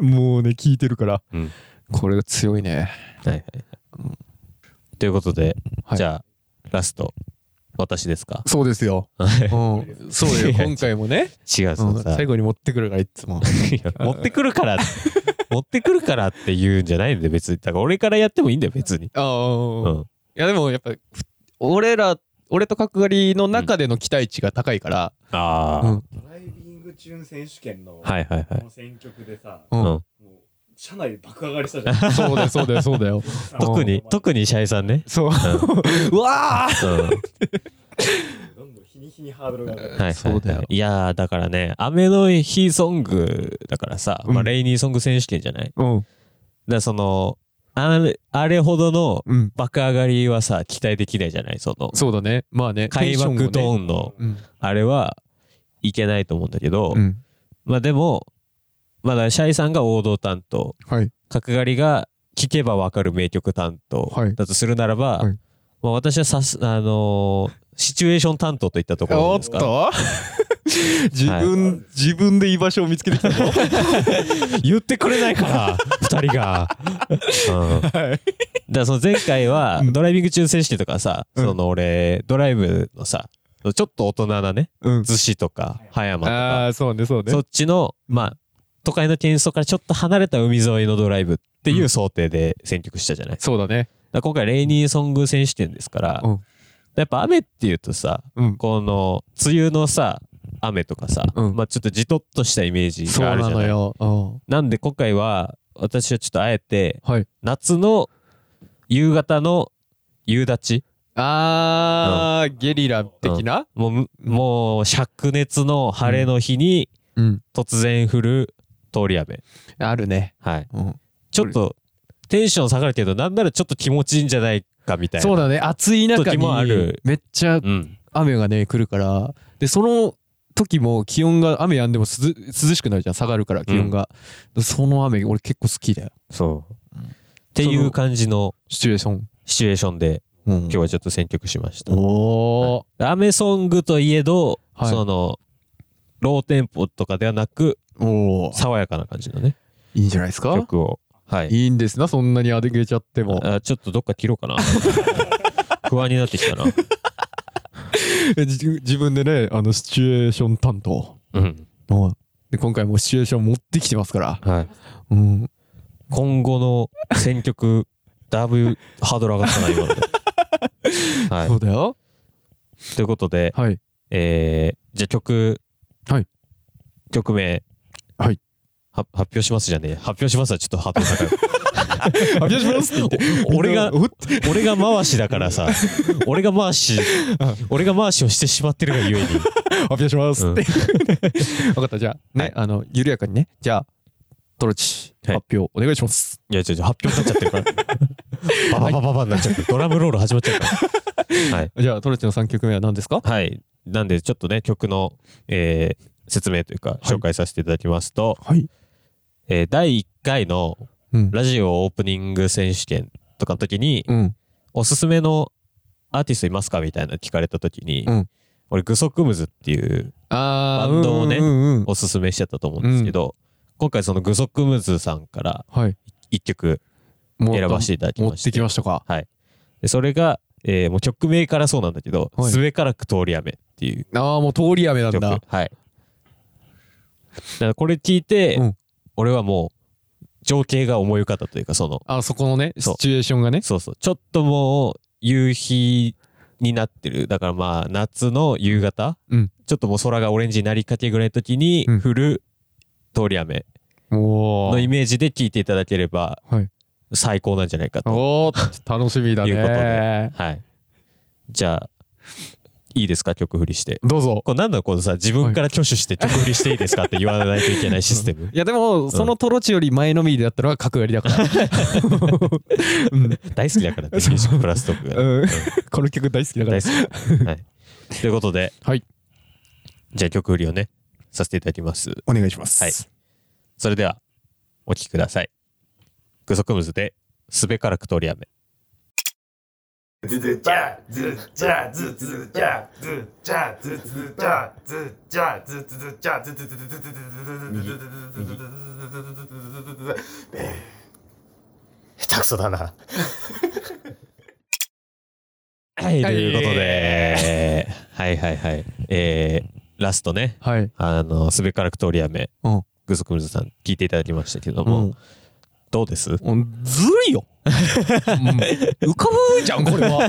Speaker 2: もうね、聞いてるから
Speaker 1: うん。
Speaker 2: これが強いね。
Speaker 1: はいはいはい。ということで、
Speaker 2: はい
Speaker 1: じゃあ、ラスト、私ですか
Speaker 2: そうですよ。うん、そうよ、今回もね、
Speaker 1: 違う、そのさ
Speaker 2: 最、後に持ってくるから、いつも。
Speaker 1: いや持ってくるから、持ってくるからって言うんじゃないんで、別に。だから俺からやってもいいんだよ、別に。
Speaker 2: ああ、
Speaker 1: う
Speaker 2: い
Speaker 1: ん。
Speaker 2: や、でもやっぱ、ふ俺ら、俺と角刈りの中での期待値が高いから、
Speaker 1: あ
Speaker 2: う
Speaker 1: あ。
Speaker 2: ん
Speaker 3: ドライビングチューン選手権の、
Speaker 1: はいはいは
Speaker 3: こ
Speaker 1: い。
Speaker 3: の選曲でさ、
Speaker 2: うん
Speaker 1: うん
Speaker 3: もう車内爆上がりしたじゃ ん。
Speaker 2: そうだよ、そうだよ、そうだよ。
Speaker 1: 特に、特にシャイさんね。
Speaker 2: そう。 うわー
Speaker 1: う
Speaker 3: に。
Speaker 1: ん。
Speaker 3: どんどん日に日にハードルが上がる。
Speaker 1: はいはいはい
Speaker 2: そうだよ
Speaker 1: いやーだからね、雨の日ソングだからさ、ま
Speaker 2: う
Speaker 1: あ、
Speaker 2: ん
Speaker 1: レイニーソング選手権じゃない、だか
Speaker 2: うん、
Speaker 1: らその、あれあれほどの
Speaker 2: うん。
Speaker 1: 爆上がりはさ、期待できないじゃないその、
Speaker 2: そうだね。まあね、
Speaker 1: 開幕ドーンの
Speaker 2: テンシ
Speaker 1: あれはいけないと思うんだけど、
Speaker 2: ョンをね。うん。
Speaker 1: まあでも、まだシャイさんが王道担当、
Speaker 2: うん。はい。
Speaker 1: 角刈りが聴けばわかる名曲担当
Speaker 2: はい
Speaker 1: だとするならば、
Speaker 2: はい
Speaker 1: まあ、私はさす、あのーシチュエーション担当といったとこ
Speaker 2: お
Speaker 1: ろ
Speaker 2: っ
Speaker 1: ですか。
Speaker 2: と自分、自分で居場所を見つけてきたぞ。
Speaker 1: 言ってくれない から、二人が。うんだからその前回は、ドライビング中選手権とかさ、
Speaker 2: うん
Speaker 1: その俺、ドライブのさ、ちょっと大人なね、
Speaker 2: うん。
Speaker 1: 逗子とか、葉山と
Speaker 2: あ
Speaker 1: か、
Speaker 2: あ、そうね、そうね
Speaker 1: そ。っちの、まあ、都会の喧騒からちょっと離れた海沿いのドライブっていう想定で選曲したじゃない。
Speaker 2: そうだね。
Speaker 1: だから今回、レイニーソング選手権ですから、
Speaker 2: うん
Speaker 1: やっぱ雨っていうとさ、
Speaker 2: うん。
Speaker 1: この、梅雨のさ、雨とかさ、
Speaker 2: うん
Speaker 1: まあちょっとじとっとしたイメージ
Speaker 2: そう
Speaker 1: があるじ
Speaker 2: な
Speaker 1: ゃない
Speaker 2: のよ。うん
Speaker 1: なんで今回は私はちょっとあえて
Speaker 2: はい。
Speaker 1: 夏の夕方の夕立ち
Speaker 2: あー、ゲリラ的な
Speaker 1: もうむもう灼熱の晴れの日に
Speaker 2: うん。
Speaker 1: 突然降る通り雨
Speaker 2: あるね。
Speaker 1: はい
Speaker 2: うん。
Speaker 1: ちょっとテンション下がるけどなんならちょっと気持ちいいんじゃないかみたいな
Speaker 2: そうだね。暑い中
Speaker 1: 時もあ
Speaker 2: に
Speaker 1: る、
Speaker 2: めっちゃ
Speaker 1: うん
Speaker 2: 雨がね、来るから。で、その時も気温が、雨止んでもすず涼しくなるじゃん。下がるから、気温が。その雨、俺結構好きだよ。
Speaker 1: そうっていう感じの
Speaker 2: シチュエーション。
Speaker 1: シチュエーションで
Speaker 2: うん
Speaker 1: 今日はちょっと選曲しました
Speaker 2: おー。
Speaker 1: 雨ソングといえど
Speaker 2: はい
Speaker 1: そのローテンポとかではなく
Speaker 2: おー。
Speaker 1: 爽やかな感じのね
Speaker 2: いいんじゃないですか
Speaker 1: 曲をはい
Speaker 2: いいんですな、そんなにあでげちゃっても。
Speaker 1: あちょっとどっか切ろうかな。 不安になってきたな。
Speaker 2: 自 自分でね、あの、シチュエーション担当。
Speaker 1: うん。
Speaker 2: うんで、今回もシチュエーション持ってきてますから。
Speaker 1: はい。
Speaker 2: うん。
Speaker 1: 今後の選曲、だいぶハードル上がったな、 今ので。は
Speaker 2: そうだよ。
Speaker 1: い。ということで、
Speaker 2: はい。
Speaker 1: えー、じゃあ曲、
Speaker 2: はい。
Speaker 1: 曲名、
Speaker 2: はい
Speaker 1: は。発表しますじゃねえ発表しますはちょっとハードル高い。
Speaker 2: 発表しますって言って。
Speaker 1: お俺が
Speaker 2: みんなおっ
Speaker 1: 俺が回しだからさ、俺が回し、俺が回しをしてしまってるがゆえに。
Speaker 2: 発表しますって。分かった、じゃあ、
Speaker 1: は
Speaker 2: ね
Speaker 1: い、
Speaker 2: あの、緩やかにね。じゃあ、トロチ、
Speaker 1: はい
Speaker 2: 発表お願いします。
Speaker 1: いや、ちょ、ちょ、発表になっちゃってるから。バババババになっちゃって、ドラムロール始まっちゃうから。はい。
Speaker 2: じゃあ、トロチの3曲目は何ですか
Speaker 1: はい。なんで、ちょっとね、曲の、えー説明というか、紹介させていただきますと、
Speaker 2: はい。
Speaker 1: えー第1回の
Speaker 2: うん。
Speaker 1: ラジオオープニング選手権とかの時に、
Speaker 2: うん。
Speaker 1: おすすめのアーティストいますかみたいなの聞かれた時に、
Speaker 2: うん
Speaker 1: 俺、グソクムズっていう
Speaker 2: あー、
Speaker 1: バンドをね
Speaker 2: うんうんうん
Speaker 1: おすすめしてたと思うんですけど、今回そのグソクムズさんから
Speaker 2: はい。
Speaker 1: 1曲
Speaker 2: もう
Speaker 1: 選ばせていただき
Speaker 2: 持
Speaker 1: ま
Speaker 2: っ
Speaker 1: して
Speaker 2: きましたか。
Speaker 1: でそれが、えーもう曲名からそうなんだけど、
Speaker 2: はい
Speaker 1: すべからく通り雨っていう
Speaker 2: あー、もう通り雨なん
Speaker 1: 曲。
Speaker 2: だ。
Speaker 1: はい。だからこれ聞いて、
Speaker 2: うん
Speaker 1: 俺はもう情景が思い浮かんだというか、その、
Speaker 2: あ、そこのね、
Speaker 1: そう
Speaker 2: シチュエーションがね。
Speaker 1: そうそう、ちょっともう夕日になってる。だからまあ夏の夕方、
Speaker 2: うん
Speaker 1: ちょっともう空がオレンジになりかけぐらいの時に
Speaker 2: うん
Speaker 1: 降る通り雨
Speaker 2: お
Speaker 1: のイ
Speaker 2: ー
Speaker 1: メージで聞いていただければ
Speaker 2: はい
Speaker 1: 最高なんじゃないかと。
Speaker 2: おー楽しみだ
Speaker 1: いうこと
Speaker 2: ね
Speaker 1: ではい。じゃあ、いいですか曲振りして。
Speaker 2: どうぞ
Speaker 1: これなんだこのさ、自分から挙手して曲振りしていいですかって言わないといけないシステム。
Speaker 2: いやでもそのトロチより前のみでやったのは角刈りだから、
Speaker 1: 大好きだからね、ミュージックプラストーク が。
Speaker 2: うん、この曲大好きだから
Speaker 1: 大好き。はい。ということで、
Speaker 2: はい
Speaker 1: じゃあ曲振りをね、させていただきます。
Speaker 2: お願いします
Speaker 1: はい。それでは、お聴きください。グソクムズで、すべからく通り雨。
Speaker 6: ズズチャズチャズズチャズチャズズチャズチャズズチャズズズズズズズズ下手くそだな。
Speaker 1: はい、と
Speaker 2: はい
Speaker 1: いうことで、 はいはいはい。えー、ラストね、
Speaker 2: はい
Speaker 1: あの、すべからく通り雨、
Speaker 2: うん
Speaker 1: グソクムズさん、聞いていただきましたけど
Speaker 2: う
Speaker 1: も、
Speaker 2: ん
Speaker 1: どうです
Speaker 2: うんずるいよ、うん浮かぶじゃんこれは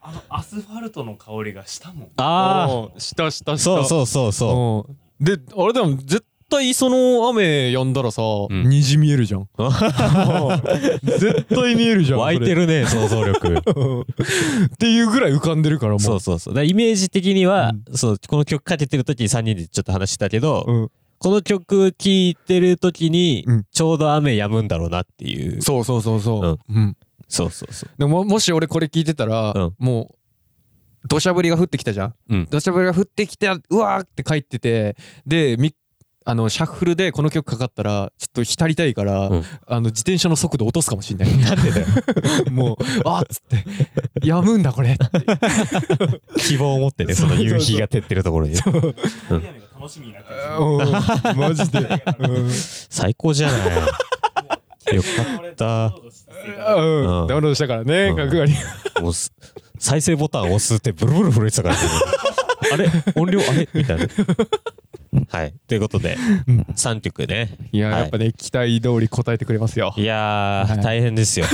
Speaker 5: あのアスファルトの香りがしたもん
Speaker 1: あ
Speaker 2: うんしたした
Speaker 1: あ、
Speaker 2: した
Speaker 1: そうそうそうそう
Speaker 2: であれでも絶対その雨やんだらさ、
Speaker 1: ん
Speaker 2: 虹見えるじゃん 絶対見えるじ
Speaker 1: う。
Speaker 2: ゃん
Speaker 1: 湧いて
Speaker 2: る
Speaker 1: るね、想像 力。
Speaker 2: っていうぐらい浮かんでるからもう
Speaker 1: そうそうそう。だからイメージ的には、
Speaker 2: う
Speaker 1: そう、この曲かけてる時に3人でちょっと話したけど、
Speaker 2: うん
Speaker 1: この曲聴いてる時に
Speaker 2: うん、
Speaker 1: ちょうど雨止むんだろうなっていう。
Speaker 2: そうそうそうそう、うん
Speaker 1: そうそうそう。
Speaker 2: でももし俺これ聞いてたら、
Speaker 1: うん
Speaker 2: もう土砂降りが降ってきたじゃん、
Speaker 1: うん
Speaker 2: 土砂降りが降ってきたうわーって帰っててでみあのシャッフルでこの曲かかったらちょっと浸りたいから、
Speaker 1: うん
Speaker 2: あの自転車の速度落とすかもしんな いなんでだよ もうあーっつってやむんだ これ
Speaker 1: 希望を持ってね、その夕日が照ってるところ に。
Speaker 5: 雨が楽しみになってる
Speaker 2: マジで、
Speaker 1: 最高じゃ ない。よかった。
Speaker 2: うん
Speaker 1: うん
Speaker 2: ダウンロードしたからね、
Speaker 1: うん
Speaker 2: 角刈り
Speaker 1: もうす再生ボタン押すってブルブル震えてたからね、あれ音量あれみたいな。はい。ということで、3曲ね。
Speaker 2: いや、
Speaker 1: はい
Speaker 2: やっぱね期待通り答えてくれますよ
Speaker 1: いやー、
Speaker 2: はい
Speaker 1: 大変 ですよ。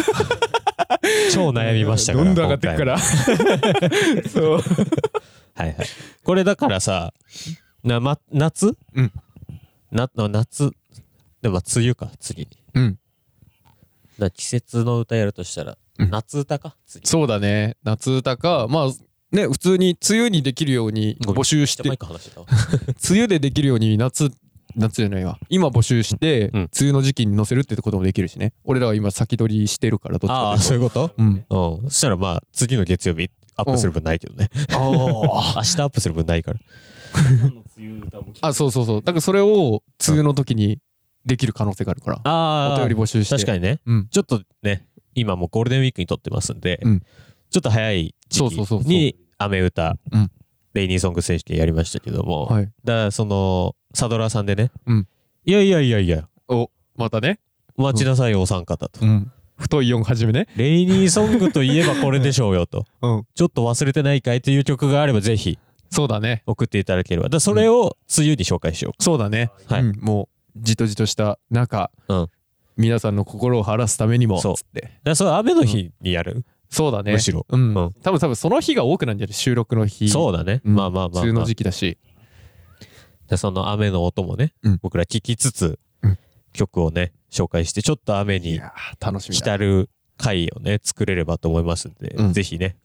Speaker 1: 超悩みましたから。
Speaker 2: どんどん上がってくから そう
Speaker 1: はいはい。これだからさ、な、ま、夏
Speaker 2: うん。
Speaker 1: な、な夏。でも、まあ梅雨か、次。
Speaker 2: うん
Speaker 1: だ季節の歌やるとしたら、
Speaker 2: うん
Speaker 1: 夏歌か、次。
Speaker 2: そうだね夏歌かまあね普通に梅雨にできるように募集して
Speaker 1: じゃあマイ
Speaker 2: 梅
Speaker 1: ク離してたわ。
Speaker 2: 雨でできるように夏夏じゃないわ今募集して、
Speaker 1: うん
Speaker 2: 梅雨の時期に載せるってこともできるしね俺らは今先取りしてるからどっち
Speaker 1: あ
Speaker 2: か
Speaker 1: あ、
Speaker 2: って
Speaker 1: そ
Speaker 2: いう
Speaker 1: いうこと
Speaker 2: とうん
Speaker 1: うん。そしたら、まあ、次の月曜日、アップする分ないけどね。 明日アップする分ないから。
Speaker 5: 何の梅雨歌も聞
Speaker 2: あそうそうそうだからそれを梅雨の時にできる可能性があるから
Speaker 1: あ
Speaker 2: お便り募集して
Speaker 1: 確かにね。
Speaker 2: うん
Speaker 1: ちょっとね、今もうゴールデンウィークに撮ってますんで、
Speaker 2: うん
Speaker 1: ちょっと早い時
Speaker 2: そうそうそう
Speaker 1: 期
Speaker 2: そう
Speaker 1: に雨歌、
Speaker 2: うん
Speaker 1: レイニーソング選手権やりましたけども、
Speaker 2: はい
Speaker 1: だからその、サドラーさんでね、
Speaker 2: うん
Speaker 1: いやいやいやいや、
Speaker 2: おまたね
Speaker 1: お待ちなさいよ、お三方と。
Speaker 2: うん太い4はじめね
Speaker 1: レイニーソングといえば これでしょうよと。
Speaker 2: うん
Speaker 1: ちょっと忘れてないかいという曲があればぜひ
Speaker 2: そうだね
Speaker 1: 送っていただければ。だからそれを梅雨に紹介しよ
Speaker 2: そうだね、
Speaker 1: はい
Speaker 2: うんもうじとじとした中、
Speaker 1: うん
Speaker 2: 皆さんの心を晴らすためにも
Speaker 1: そう
Speaker 2: つっ
Speaker 1: う。
Speaker 2: て
Speaker 1: だからそれ雨の日にやる、
Speaker 2: そうだね。
Speaker 1: むしろ
Speaker 2: うん。
Speaker 1: うん
Speaker 2: 多分多分その日が多くなんじゃない収録の日。
Speaker 1: そうだね。
Speaker 2: うん
Speaker 1: まあまあまあ、まあ。
Speaker 2: 梅雨の時期だし。
Speaker 1: でその雨の音もね、
Speaker 2: うん
Speaker 1: 僕ら聞きつつ、
Speaker 2: うん
Speaker 1: 曲をね紹介してちょっと雨に
Speaker 2: ー楽しみだ。
Speaker 1: 浸る回をね作れればと思いますんで、
Speaker 2: うん
Speaker 1: ぜひね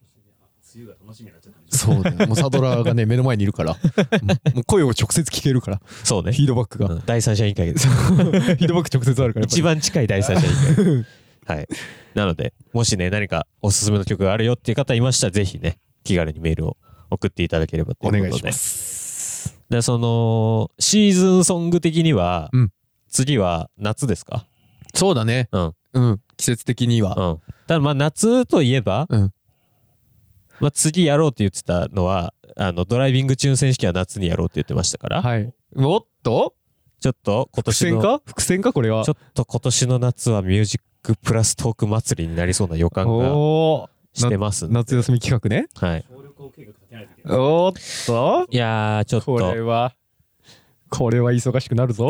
Speaker 5: 梅雨が楽しみになっちゃった
Speaker 2: そうだね。もうサドラーがね、目の前にいるから。うんもう声を直接聞けるから。
Speaker 1: そうね
Speaker 2: フィードバックが。
Speaker 1: うん第三者委員会です
Speaker 2: フィードバック直接あるから。
Speaker 1: 一
Speaker 2: 番。
Speaker 1: 番近い第三者委員 会はいなのでもしね何かおすすめの曲があるよっていう方いましたらぜひね気軽にメールを送っていただければということ
Speaker 2: お
Speaker 1: で
Speaker 2: 願いしますす。
Speaker 1: でそのシーズンソング的には、
Speaker 2: うん
Speaker 1: 次は夏ですか
Speaker 2: そうだね。
Speaker 1: うん。
Speaker 2: うん。季節的には。
Speaker 1: うん。ただまあ夏といえば、
Speaker 2: うん
Speaker 1: まあ次やろうって言ってたのは、あのドライビングチューン選手権は夏にやろうって言ってましたから、
Speaker 2: はい。おっと
Speaker 1: ちょっと今
Speaker 2: 伏
Speaker 1: 年
Speaker 2: 線
Speaker 1: の、
Speaker 2: か伏線かこれは
Speaker 1: ちょ。っと今年の夏はミュージックプラストーク祭りになりそうな予感が
Speaker 2: おー。
Speaker 1: してますんで
Speaker 2: 夏休み企画ね。
Speaker 1: はい。
Speaker 5: 協力を計画立てないといけない
Speaker 2: おっと
Speaker 1: いやー、ちょっ
Speaker 2: ことれ、は。これは忙しくなるぞ。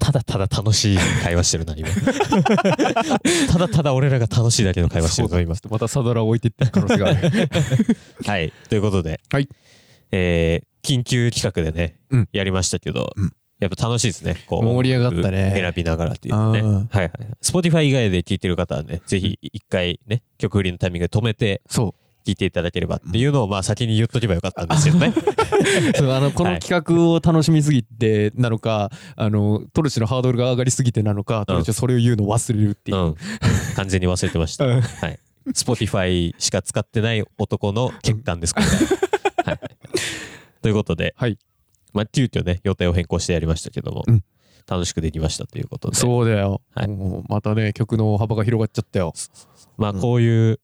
Speaker 1: ただただ楽しい会話してるな、 今。ただただ俺らが楽しいだけの会話してるぞ、今。
Speaker 2: またサドラー置いてってる可能性がある。
Speaker 1: はい。ということで、
Speaker 2: はい
Speaker 1: えー緊急企画でね、
Speaker 2: うん
Speaker 1: やりましたけど、
Speaker 2: うん
Speaker 1: やっぱ楽しいですね。こう
Speaker 2: 盛り上がったね
Speaker 1: 選びながらっていうね。はい
Speaker 2: あ
Speaker 1: はい。Spotify 以外で聴いてる方はね、ぜひ一回ね、曲振りのタイミングで止めて
Speaker 2: そ
Speaker 1: 聴いていただければっていうのを、まあ先に言っとけばよかったんですよね。
Speaker 2: う。そうあの、こ
Speaker 1: は
Speaker 2: の
Speaker 1: い
Speaker 2: 企画を楽しみすぎてなのか、あの、トルシのハードルが上がりすぎてなのか、トルシはそれを言うのを忘れるっていう
Speaker 1: う。ん。完全に忘れてました。
Speaker 2: うん
Speaker 1: はい。Spotify しか使ってない男の欠陥です、これ は。はい。ということで、
Speaker 2: はい。
Speaker 1: まあ、急遽ね、予定を変更してやりましたけども、
Speaker 2: うん
Speaker 1: 楽しくできましたということで、
Speaker 2: そうだよ。
Speaker 1: はい
Speaker 2: もうまたね、曲の幅が広がっちゃったよ。
Speaker 1: まあ、
Speaker 2: うん
Speaker 1: こういう、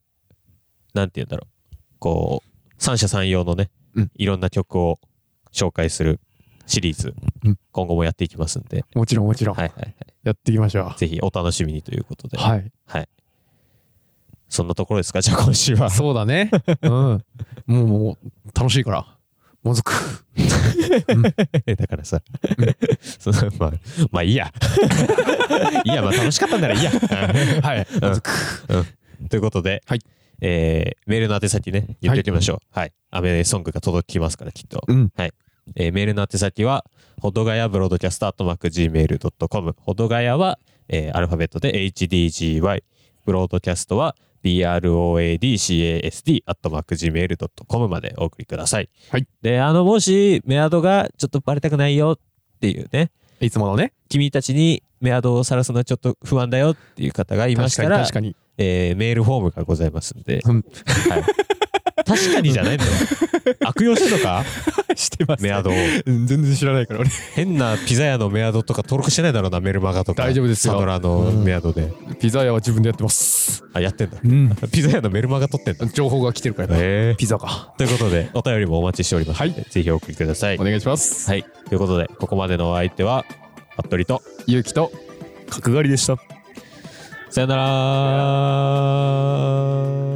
Speaker 1: なんて言うんだろう、こう、三者三様のね、
Speaker 2: うん
Speaker 1: いろんな曲を紹介するシリーズ、
Speaker 2: うん
Speaker 1: 今後もやっていきますんで、
Speaker 2: もちろんもちろん。
Speaker 1: はいはいはい。
Speaker 2: やっていきましょ
Speaker 1: ぜひお楽しみにということ
Speaker 2: う。
Speaker 1: で、
Speaker 2: はい。
Speaker 1: そんなところですか、じゃあ今週は。
Speaker 2: そうだね。うん。もう、もう、楽しいから。もずく。
Speaker 1: え だからさ、そのまあ、まあいいや。 いや、まあ楽しかったんならいい や。
Speaker 2: はい。もずく。
Speaker 1: ということで、
Speaker 2: はい
Speaker 1: えーメールの宛先ね、言っておきましょう。はい。アメソングが届きますから、きっと。
Speaker 2: うん
Speaker 1: はい。えーメールの宛先は、ほどがやブロードキャストアットマーク Gmail.com。ほどがやは、えーアルファベットで HDGY。ブロードキャストは、BROADCASD アットマーク Gmail.com までお送りください。
Speaker 2: はい。
Speaker 1: で、あの、もし、メアドがちょっとバレたくないよっていうね、
Speaker 2: いつものね。
Speaker 1: 君たちにメアドを晒すのはちょっと不安だよっていう方がいまし
Speaker 2: 確か
Speaker 1: た
Speaker 2: に
Speaker 1: ら
Speaker 2: 確、かに。
Speaker 1: えーメールフォームがございますんで、
Speaker 2: うん
Speaker 1: はい、確かにじゃないのよ悪用してんのか
Speaker 2: してま
Speaker 1: メアドを
Speaker 2: うん全然知らないから俺。
Speaker 1: 変なピザ屋のメアドとか登録してないだろうなメルマガとか
Speaker 2: 大丈夫ですよ
Speaker 1: サドラーのメアドで、
Speaker 2: ピザ屋は自分でやってます。
Speaker 1: あやってんだ
Speaker 2: うん。
Speaker 1: ピザ屋のメルマガ取ってんだ
Speaker 2: 情報が来てるから。
Speaker 1: へえ
Speaker 2: ピザか。
Speaker 1: ということでお便りもお待ちしておりますので、ぜひお送りください
Speaker 2: お願いします。
Speaker 1: はいということでここまでのお相手は服部と
Speaker 2: ゆうきと。
Speaker 4: 角刈りでした
Speaker 1: さよなら